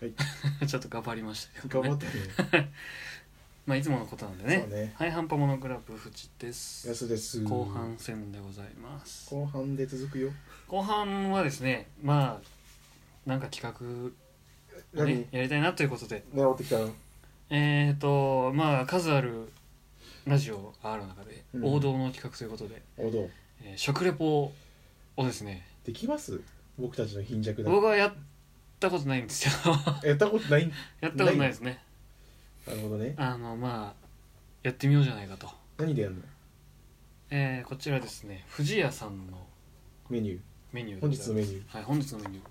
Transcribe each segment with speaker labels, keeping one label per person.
Speaker 1: はい
Speaker 2: ちょっと頑張りましたけど
Speaker 1: 頑
Speaker 2: ね、
Speaker 1: 張ったね
Speaker 2: まあいつものことなんで
Speaker 1: そ
Speaker 2: ね
Speaker 1: うね
Speaker 2: はい半端モノグラブ淵です
Speaker 1: 安です
Speaker 2: 後半戦でございます
Speaker 1: 後半で続くよ
Speaker 2: 後半はですねまあなんか企画を
Speaker 1: 何
Speaker 2: ねやりたいなということで
Speaker 1: 狙ってきたの
Speaker 2: えっ、ー、とまあ数あるラジオがある中で
Speaker 1: うん
Speaker 2: 王道の企画ということで、
Speaker 1: おどう
Speaker 2: えー食レポをですね
Speaker 1: できます僕たちの貧弱な
Speaker 2: 僕はやったことないんですよ
Speaker 1: やったことない
Speaker 2: やったことないですね
Speaker 1: なるほどね
Speaker 2: あのまあやってみようじゃないかと、
Speaker 1: 何でやるの
Speaker 2: えーこちらですね藤屋さんの
Speaker 1: メニュー
Speaker 2: メニューで
Speaker 1: 本
Speaker 2: ご
Speaker 1: 日
Speaker 2: ざいま
Speaker 1: のメ
Speaker 2: す
Speaker 1: ニュー
Speaker 2: はい本日のメニュー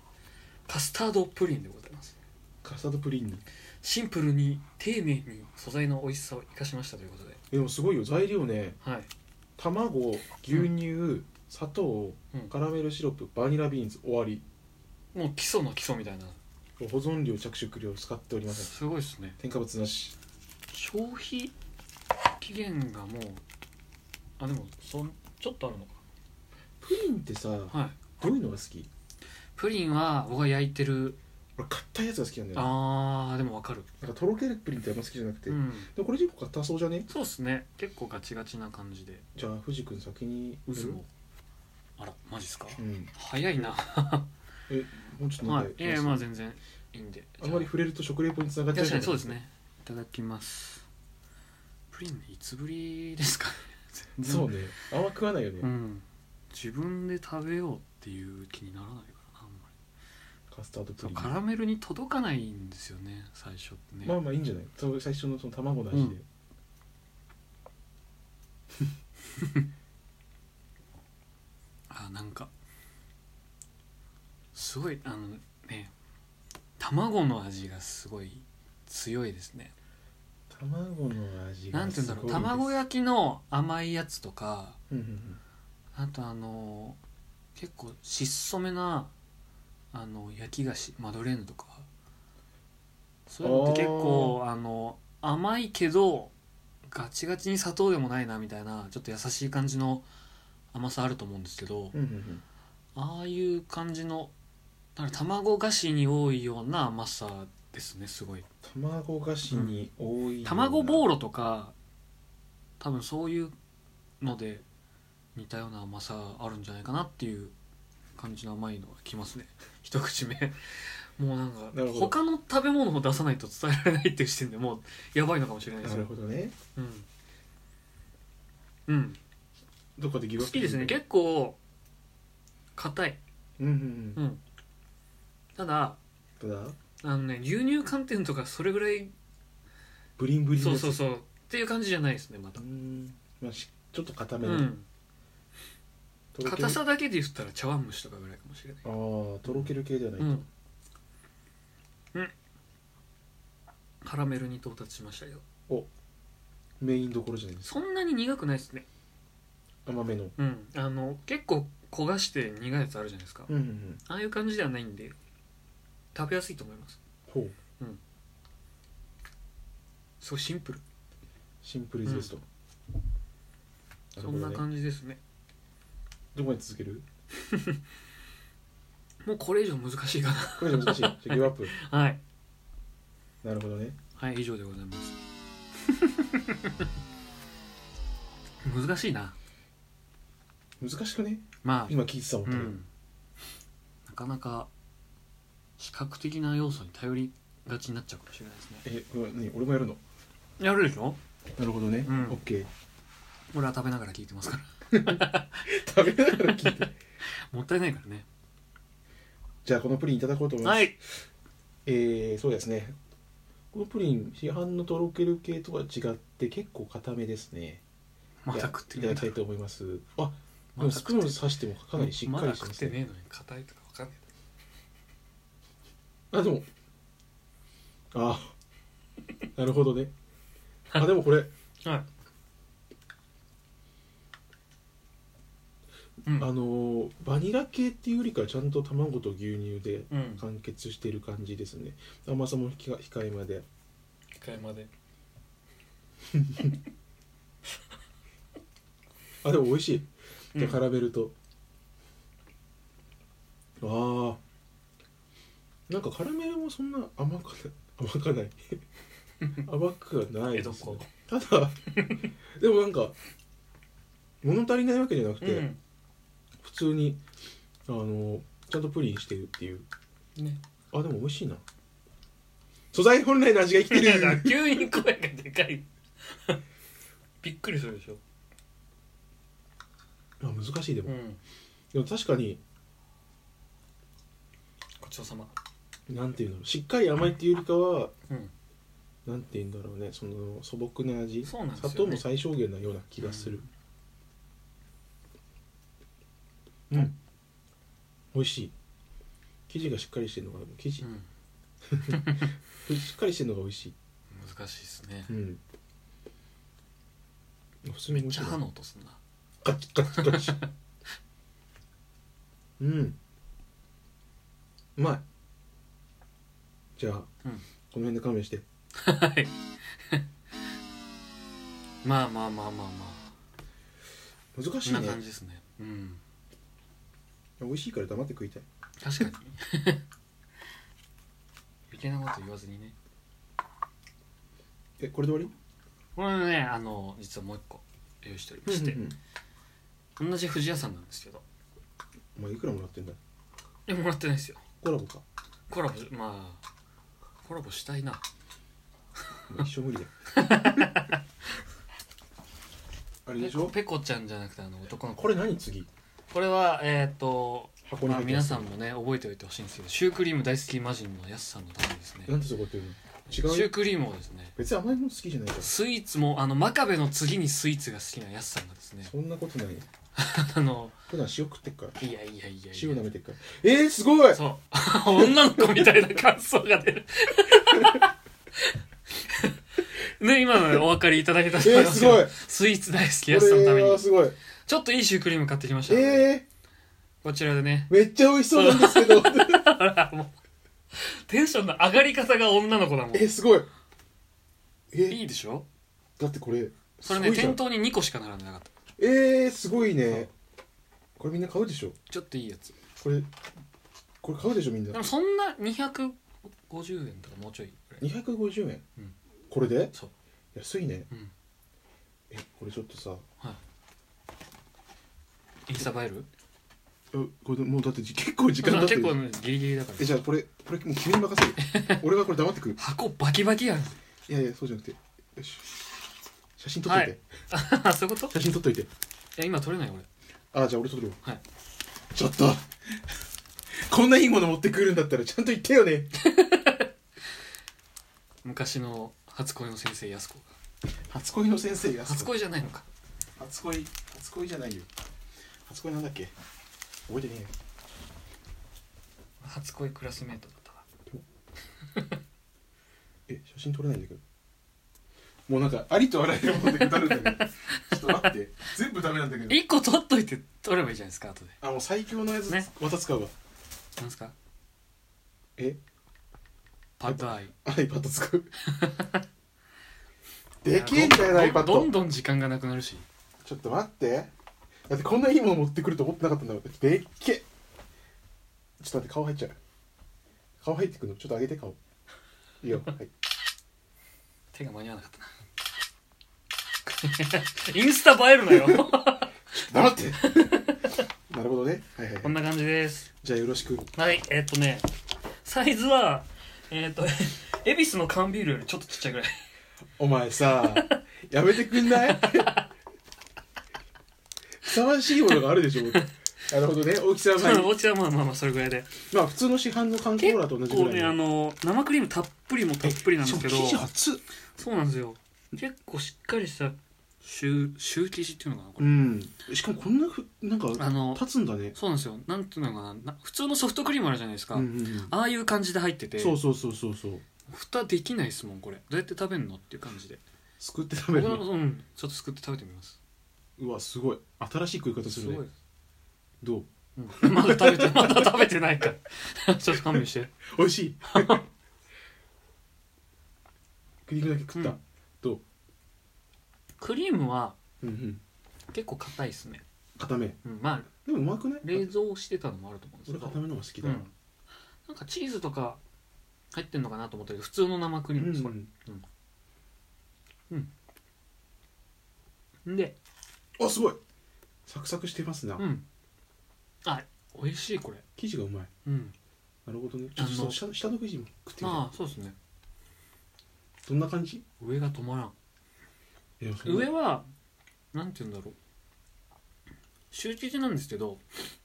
Speaker 2: カスタードプリンでございます
Speaker 1: カスタードプリンに
Speaker 2: シンプルに丁寧に素材の美味しさを生かしましたということで
Speaker 1: えでもすごいよ材料ね
Speaker 2: はい
Speaker 1: 卵牛乳、砂糖
Speaker 2: うん
Speaker 1: カラメルシロップバニラビーンズ終わり
Speaker 2: もう基礎の基礎みたいな
Speaker 1: 保存料着色料使っておりません
Speaker 2: すごいですね
Speaker 1: 添加物なし
Speaker 2: 消費期限がもうあでもそんちょっとあるの
Speaker 1: プリンってさ
Speaker 2: かはい
Speaker 1: どういうのが好き
Speaker 2: プリンは僕が焼いてる
Speaker 1: 俺硬いやつが好きなんだよね
Speaker 2: あーでもわかる
Speaker 1: なんかとろけるプリンってあんま好きじゃなくて、
Speaker 2: うん
Speaker 1: でもこれ結構硬そうじゃね
Speaker 2: そうっすね結構ガチガチな感じで
Speaker 1: じゃあ藤君先に
Speaker 2: 渦もあらマジっすか
Speaker 1: うん
Speaker 2: 早いな
Speaker 1: えもうちょっと
Speaker 2: は
Speaker 1: 待
Speaker 2: い
Speaker 1: って、
Speaker 2: いやいやまあ全然いいんで
Speaker 1: あんまり触れると食レポにつながっちゃう
Speaker 2: 確かにそうですすねいただきますプリンいつぶりです かね全然
Speaker 1: そうねあんま食わないよね、
Speaker 2: うん自分で食べようっていう気にならないからなあんまり
Speaker 1: カスタードプ
Speaker 2: そう
Speaker 1: リン
Speaker 2: カラメルに届かないんですよね最初ってね、
Speaker 1: まあまあいいんじゃないそう最初のその卵の味で、
Speaker 2: あなんかすごいあのね卵の味がすごい強いですね
Speaker 1: 卵の味が
Speaker 2: なんて言うんだろう卵
Speaker 1: や
Speaker 2: 焼きの甘いやつとか
Speaker 1: うんうんうん
Speaker 2: あとあの結構しっそめなあの焼き菓子マドレーヌとかそういうのって結構あの甘いけどガチガチに砂糖でもないなみたいなちょっと優しい感じの甘さあると思うんですけど
Speaker 1: うんうんうん
Speaker 2: ああいう感じのだから卵菓子に多いような甘さですねすごい
Speaker 1: 卵菓子に多いような、
Speaker 2: 卵ボーロとか多分そういうので似たような甘さあるんじゃないかなっていう感じの甘いのがきますね 一口目もうなんか
Speaker 1: なるほど
Speaker 2: 他の食べ物を出さないと伝えられないっていう視点でもうやばいのかもしれないです
Speaker 1: なる
Speaker 2: よ
Speaker 1: ほどね
Speaker 2: うん、うん、
Speaker 1: どこでギブ
Speaker 2: 好
Speaker 1: アップ
Speaker 2: きですね結構硬い
Speaker 1: うんうんう
Speaker 2: うんんただ
Speaker 1: ただ
Speaker 2: あのね牛乳寒天とかそれぐらい
Speaker 1: ブリンブリン
Speaker 2: そう
Speaker 1: です
Speaker 2: そうそうっていう感じじゃないですねまた
Speaker 1: うーんまあしちょっと固
Speaker 2: う
Speaker 1: めの、
Speaker 2: ん
Speaker 1: とろける
Speaker 2: 硬さだけで言ったら茶碗蒸しとかぐらいかもしれない
Speaker 1: ああとろける系ではない、
Speaker 2: うん、うん、カラメルに到達しましたよ
Speaker 1: メインどころじゃないです
Speaker 2: そんなに苦くないですね
Speaker 1: 甘めの
Speaker 2: うんあの結構焦がして苦いやつあるじゃないですか
Speaker 1: うんうんうん
Speaker 2: ああいう感じではないんで食べやすいと思います
Speaker 1: ほう
Speaker 2: すごいシンプル
Speaker 1: シンプルイズベスト、
Speaker 2: そんな
Speaker 1: じ
Speaker 2: 感じですね
Speaker 1: どこまで続ける
Speaker 2: もうこれ以上難しいか
Speaker 1: これじゃ難しいじゃあギブアップ
Speaker 2: な はい
Speaker 1: なるほどね
Speaker 2: はい以上でございます 難しいな
Speaker 1: 難しくね
Speaker 2: まあ
Speaker 1: 今聞いてたもん
Speaker 2: う
Speaker 1: ね、
Speaker 2: ん、なかなか視覚的な要素に頼りがちになっちゃうかもしれないで
Speaker 1: え
Speaker 2: すね
Speaker 1: これ何俺もやるの
Speaker 2: やるでしょ
Speaker 1: なるほどね、
Speaker 2: うん
Speaker 1: オッケー
Speaker 2: 俺は食べながら聞いてますから
Speaker 1: 食べながら聞いて
Speaker 2: もったいないからね
Speaker 1: じゃあこのプリンいただこうと思います、
Speaker 2: はい
Speaker 1: えー、そうですねこのプリン市販のとろける系とは違って結構固めですね
Speaker 2: まだ食って
Speaker 1: いた
Speaker 2: ねえ
Speaker 1: だ
Speaker 2: だ
Speaker 1: きたいと思いますあで
Speaker 2: ま
Speaker 1: も
Speaker 2: だ
Speaker 1: ス
Speaker 2: 食
Speaker 1: プ
Speaker 2: っ
Speaker 1: ーン
Speaker 2: て
Speaker 1: を刺してもかなりしっ
Speaker 2: ま
Speaker 1: か
Speaker 2: だ
Speaker 1: りして
Speaker 2: 食
Speaker 1: ま
Speaker 2: っ
Speaker 1: す
Speaker 2: て
Speaker 1: ね
Speaker 2: ねえのに硬いとかわかんね
Speaker 1: あでもあなるほどねあでもこれ
Speaker 2: えはいう
Speaker 1: あ
Speaker 2: ん、
Speaker 1: のーバニラ系っていうよりかはちゃんと卵と牛乳で
Speaker 2: うん、
Speaker 1: 完結してる感じですね甘さも控えめで
Speaker 2: 控えまで
Speaker 1: あでも美味しい、
Speaker 2: う
Speaker 1: で
Speaker 2: ん
Speaker 1: カラメルとあーなんかカラメルもそんな甘くない 甘くない甘く はないですねただでもなんか物足りないわけじゃなくて、
Speaker 2: うん
Speaker 1: 普通にあのちゃんとプリンしてるっていう
Speaker 2: ね
Speaker 1: あでも美味しいな素材本来の味が生きて
Speaker 2: だから
Speaker 1: る
Speaker 2: 急に声がでかい びっくりするでしょ
Speaker 1: あ難しいでも、
Speaker 2: うん
Speaker 1: でも確かに
Speaker 2: ごちそうさま
Speaker 1: なんていうんだろうしっかり甘いっていうよりかは
Speaker 2: うん
Speaker 1: なんていうんだろうねその素朴な味、
Speaker 2: そうなんですよ
Speaker 1: 砂
Speaker 2: ね
Speaker 1: 糖も最小限なような気がするうん、美味しい生地がしっかりしてるのが生地、
Speaker 2: うん
Speaker 1: しっかりしてるのが美味しい
Speaker 2: 難しいですね
Speaker 1: うんおすす
Speaker 2: め
Speaker 1: め
Speaker 2: っ
Speaker 1: に
Speaker 2: ちゃ歯の音すんな
Speaker 1: カチカチ カチうんうまいじゃあ、
Speaker 2: うん
Speaker 1: この辺で勘弁して
Speaker 2: はいまあまあまあまあまあ
Speaker 1: 難し
Speaker 2: そ
Speaker 1: い
Speaker 2: ん
Speaker 1: ね
Speaker 2: な感じですねうん
Speaker 1: 美味しいから黙って食いたい
Speaker 2: 確かに 余計なこと言わずにね
Speaker 1: えこれで終わ
Speaker 2: これねあの実はもう一個用意しておりま
Speaker 1: り
Speaker 2: して
Speaker 1: うんうん
Speaker 2: 同じ富士屋さんなんですけど
Speaker 1: お前いくらもらってんだ
Speaker 2: えもらってないですよ
Speaker 1: コラボか
Speaker 2: コラボまあコラボしたいな
Speaker 1: もう一生無理だよ あれ
Speaker 2: ペ
Speaker 1: でし
Speaker 2: コ
Speaker 1: ょ
Speaker 2: ペコちゃんじゃなくてあの男の子
Speaker 1: これ何次
Speaker 2: これはえっ、と
Speaker 1: 箱に
Speaker 2: まあ
Speaker 1: 入って
Speaker 2: 皆さんもね覚えておいてほしいんですけどシュークリーム大好き魔人のやすさんのためにですね
Speaker 1: なんてそこっていうの
Speaker 2: シ
Speaker 1: 違う
Speaker 2: ュー
Speaker 1: よ
Speaker 2: クリームをですね
Speaker 1: 別に甘いもの好きじゃないから
Speaker 2: スイーツもあの真壁の次にスイーツが好きなやすさんがですね
Speaker 1: そんなことないよ
Speaker 2: あの
Speaker 1: 普段塩食ってっから
Speaker 2: いやいやいやい
Speaker 1: 塩
Speaker 2: や
Speaker 1: 舐めてっからえー、すごい
Speaker 2: そう 女の子みたいな感想が出る ね今のねお分かりいただけたと思いますけど、
Speaker 1: えー
Speaker 2: スイーツ大好きやすさんのた
Speaker 1: こ
Speaker 2: め
Speaker 1: れ
Speaker 2: に
Speaker 1: はすごい
Speaker 2: ちょっといいシュークリーム買ってきましたので、
Speaker 1: え
Speaker 2: こちらでね
Speaker 1: ー、めっちゃ美味しそうなんですけ ど
Speaker 2: テンションの上がり方が女の子だもん
Speaker 1: えー、すごいえー、
Speaker 2: いいでしょ
Speaker 1: だってこれす
Speaker 2: それ
Speaker 1: ご
Speaker 2: ね
Speaker 1: いじゃ
Speaker 2: 店
Speaker 1: ん
Speaker 2: 頭に2個しか並んでなかった
Speaker 1: えー、すごい
Speaker 2: そう
Speaker 1: ねこれみんな買うでしょ
Speaker 2: ちょっといいやつ
Speaker 1: これこれ買うでしょみん
Speaker 2: で
Speaker 1: な
Speaker 2: もそんな250円とかもうちょいぐらい
Speaker 1: 250円、
Speaker 2: うん
Speaker 1: これで
Speaker 2: そう
Speaker 1: 安いね
Speaker 2: うん
Speaker 1: えこれちょっとさ
Speaker 2: インスタ映える
Speaker 1: えこれでもうだってじ結構時間経って
Speaker 2: 結
Speaker 1: る
Speaker 2: 構ねギリギリだか
Speaker 1: え
Speaker 2: ら
Speaker 1: じゃあこれこれもう君に任せ る俺はこれ黙ってくる
Speaker 2: 箱バキバキやん
Speaker 1: いやいやそうじゃなくてよし写真撮っといて、
Speaker 2: はいそういうこと
Speaker 1: 写真撮っといて
Speaker 2: いや今撮れない俺
Speaker 1: あじゃあ俺撮るわ
Speaker 2: はい
Speaker 1: ちょっと こんないいもの持ってくるんだったらちゃんと言ってよね
Speaker 2: 昔の初恋の先生やす子が
Speaker 1: 初恋の先生や
Speaker 2: 初恋じゃないのか
Speaker 1: 初恋初恋じゃないよ初恋なんだっけ覚えてねえよ
Speaker 2: 初恋クラスメートだったわ
Speaker 1: え写真撮れないんだけどもうなんかありとあらゆるもので語るん だけどちょっと待って全部ダメなんだけど
Speaker 2: 1個取っといて取ればいいじゃないですか後で
Speaker 1: あもう最強のやつ、
Speaker 2: ね
Speaker 1: また使うわ
Speaker 2: なんですか
Speaker 1: え
Speaker 2: パッドアイ
Speaker 1: iPad 使 うできんだよ
Speaker 2: いや
Speaker 1: iPad
Speaker 2: どんどんどんどん時間がなくなるし
Speaker 1: ちょっと待ってだってこんないいもの持ってくると思ってなかったんだもんでっけちょっと待って顔入っちゃう顔入ってくるのちょっと上げて顔い いよはい
Speaker 2: 手が間に合わなかったな インスタ映えるのよ
Speaker 1: 黙ってなるほどねはいはい、
Speaker 2: こんな感じです
Speaker 1: じゃあよろしく
Speaker 2: はいえっ、とねサイズはえっ、と 恵比寿の缶ビールよりちょっとちっちゃいぐらい
Speaker 1: お前さやめてくんないふさわしいものがあるでしょなるほどね大きさはま
Speaker 2: まあ
Speaker 1: あ
Speaker 2: お家はまあまあまあそれぐらいで
Speaker 1: まあ普通の市販の缶コ
Speaker 2: 結
Speaker 1: ーラと同じぐ
Speaker 2: 構
Speaker 1: らい
Speaker 2: ねあの生クリームたっぷりもたっぷりなんですけど
Speaker 1: しかも生地厚っ
Speaker 2: そうなんですよ結構しっかりしたシューシュー生地っていうのかなこ
Speaker 1: う
Speaker 2: れ、
Speaker 1: んしかもこんなふなんか
Speaker 2: あの
Speaker 1: 立つんだね
Speaker 2: そうなんですよなんていうのかなな普通のソフトクリームあるじゃないですか、
Speaker 1: うんうんうん
Speaker 2: ああいう感じで入ってて
Speaker 1: そうそうそうそうそう
Speaker 2: 蓋できないですもんこれどうやって食べんのっていう感じです
Speaker 1: くって食べ
Speaker 2: 僕
Speaker 1: る
Speaker 2: は
Speaker 1: の
Speaker 2: うんちょっとすくって食べてみます
Speaker 1: うわすごい新しい食い方す
Speaker 2: す
Speaker 1: る
Speaker 2: ご
Speaker 1: ね
Speaker 2: い、
Speaker 1: どう
Speaker 2: うん、 まだ食べてまだ食べてないから ちょっと勘弁して
Speaker 1: 美味しい クリームだけ食った、
Speaker 2: うんクリームは
Speaker 1: うんうん
Speaker 2: 結構硬いですね、
Speaker 1: 固め
Speaker 2: うん、まあ
Speaker 1: でもうまくない
Speaker 2: 冷蔵してたのもあると思うんです
Speaker 1: 俺
Speaker 2: けど
Speaker 1: 固めの方が好き
Speaker 2: う
Speaker 1: だな、
Speaker 2: ん、なんかチーズとか入ってんのかなと思ったけど普通の生クリームですこれ、で
Speaker 1: あすごいサクサクしてますな、
Speaker 2: うんあ美味しいこれ
Speaker 1: 生地がうまい
Speaker 2: うん
Speaker 1: なるほどねちょっと
Speaker 2: あ
Speaker 1: そ
Speaker 2: の
Speaker 1: の下下の生地も食ってみて
Speaker 2: ああそうですね
Speaker 1: どんな感じ
Speaker 2: 上が止まらん
Speaker 1: いやそんな
Speaker 2: 上はなんて言うんだろうシュー生地なんですけど、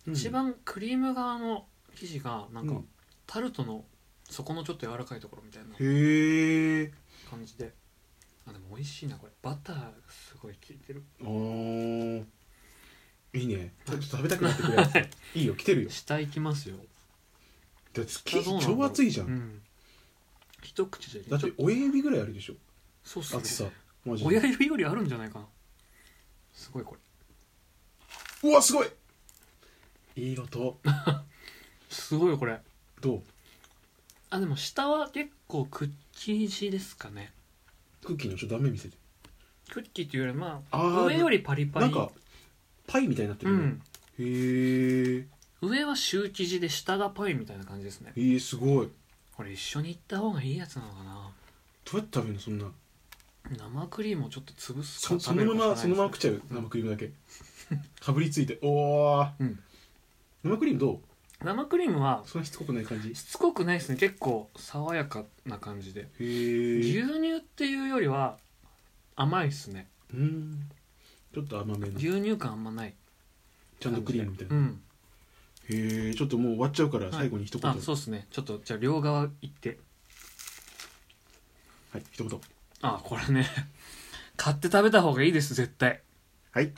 Speaker 1: うん
Speaker 2: 一番クリーム側の生地がなんか、
Speaker 1: うん
Speaker 2: タルトの底のちょっと柔らかいところみたいな
Speaker 1: へえ
Speaker 2: 感じであでも美味しいなこれバターがすごい効いてる
Speaker 1: あーいいねちょっと食べたくなってくれいいよ来てるよ
Speaker 2: 下いきますよ
Speaker 1: だって生地超熱いじゃん、
Speaker 2: うん、一口で
Speaker 1: だって親指ぐらいあるでしょ
Speaker 2: そうっすね
Speaker 1: 厚さマジで
Speaker 2: 親指よりあるんじゃないかなすごいこれ
Speaker 1: うわすごいいい音
Speaker 2: すごいこれ
Speaker 1: どう
Speaker 2: あでも下は結構クッキー地ですかね
Speaker 1: クッキーのちょっと断面見せて
Speaker 2: クッキーっていうよりま
Speaker 1: あ
Speaker 2: あ
Speaker 1: ー
Speaker 2: 上よりパリパリ
Speaker 1: なんかパイみたいになって
Speaker 2: う
Speaker 1: るね、
Speaker 2: ん
Speaker 1: へえ
Speaker 2: 上はシュー生地で下がパイみたいな感じですね
Speaker 1: えー、すごい
Speaker 2: これ一緒に行った方がいいやつなのかな
Speaker 1: どうやって食べるのそんな
Speaker 2: 生クリームをちょっと潰すか
Speaker 1: そそのままそのまま食っちゃう
Speaker 2: うん
Speaker 1: 生クリーム だけかぶりついておお、
Speaker 2: うん
Speaker 1: 生クリームどう
Speaker 2: 生クリームは
Speaker 1: そんなしつこくない感じへ
Speaker 2: しつこくないですね結構爽やかな感じで
Speaker 1: え
Speaker 2: 牛乳っていうよりは甘いですね
Speaker 1: うんちょっと甘めの
Speaker 2: 牛乳感あんまない
Speaker 1: ちゃんとクリームみたいな、
Speaker 2: うん
Speaker 1: へえちょっともう終わっちゃうから
Speaker 2: い
Speaker 1: 最後に一言、
Speaker 2: あ
Speaker 1: はい、
Speaker 2: そうですねちょっとじゃあ両側行って
Speaker 1: 一言
Speaker 2: あこれね買って食べた方がいいです絶対
Speaker 1: はい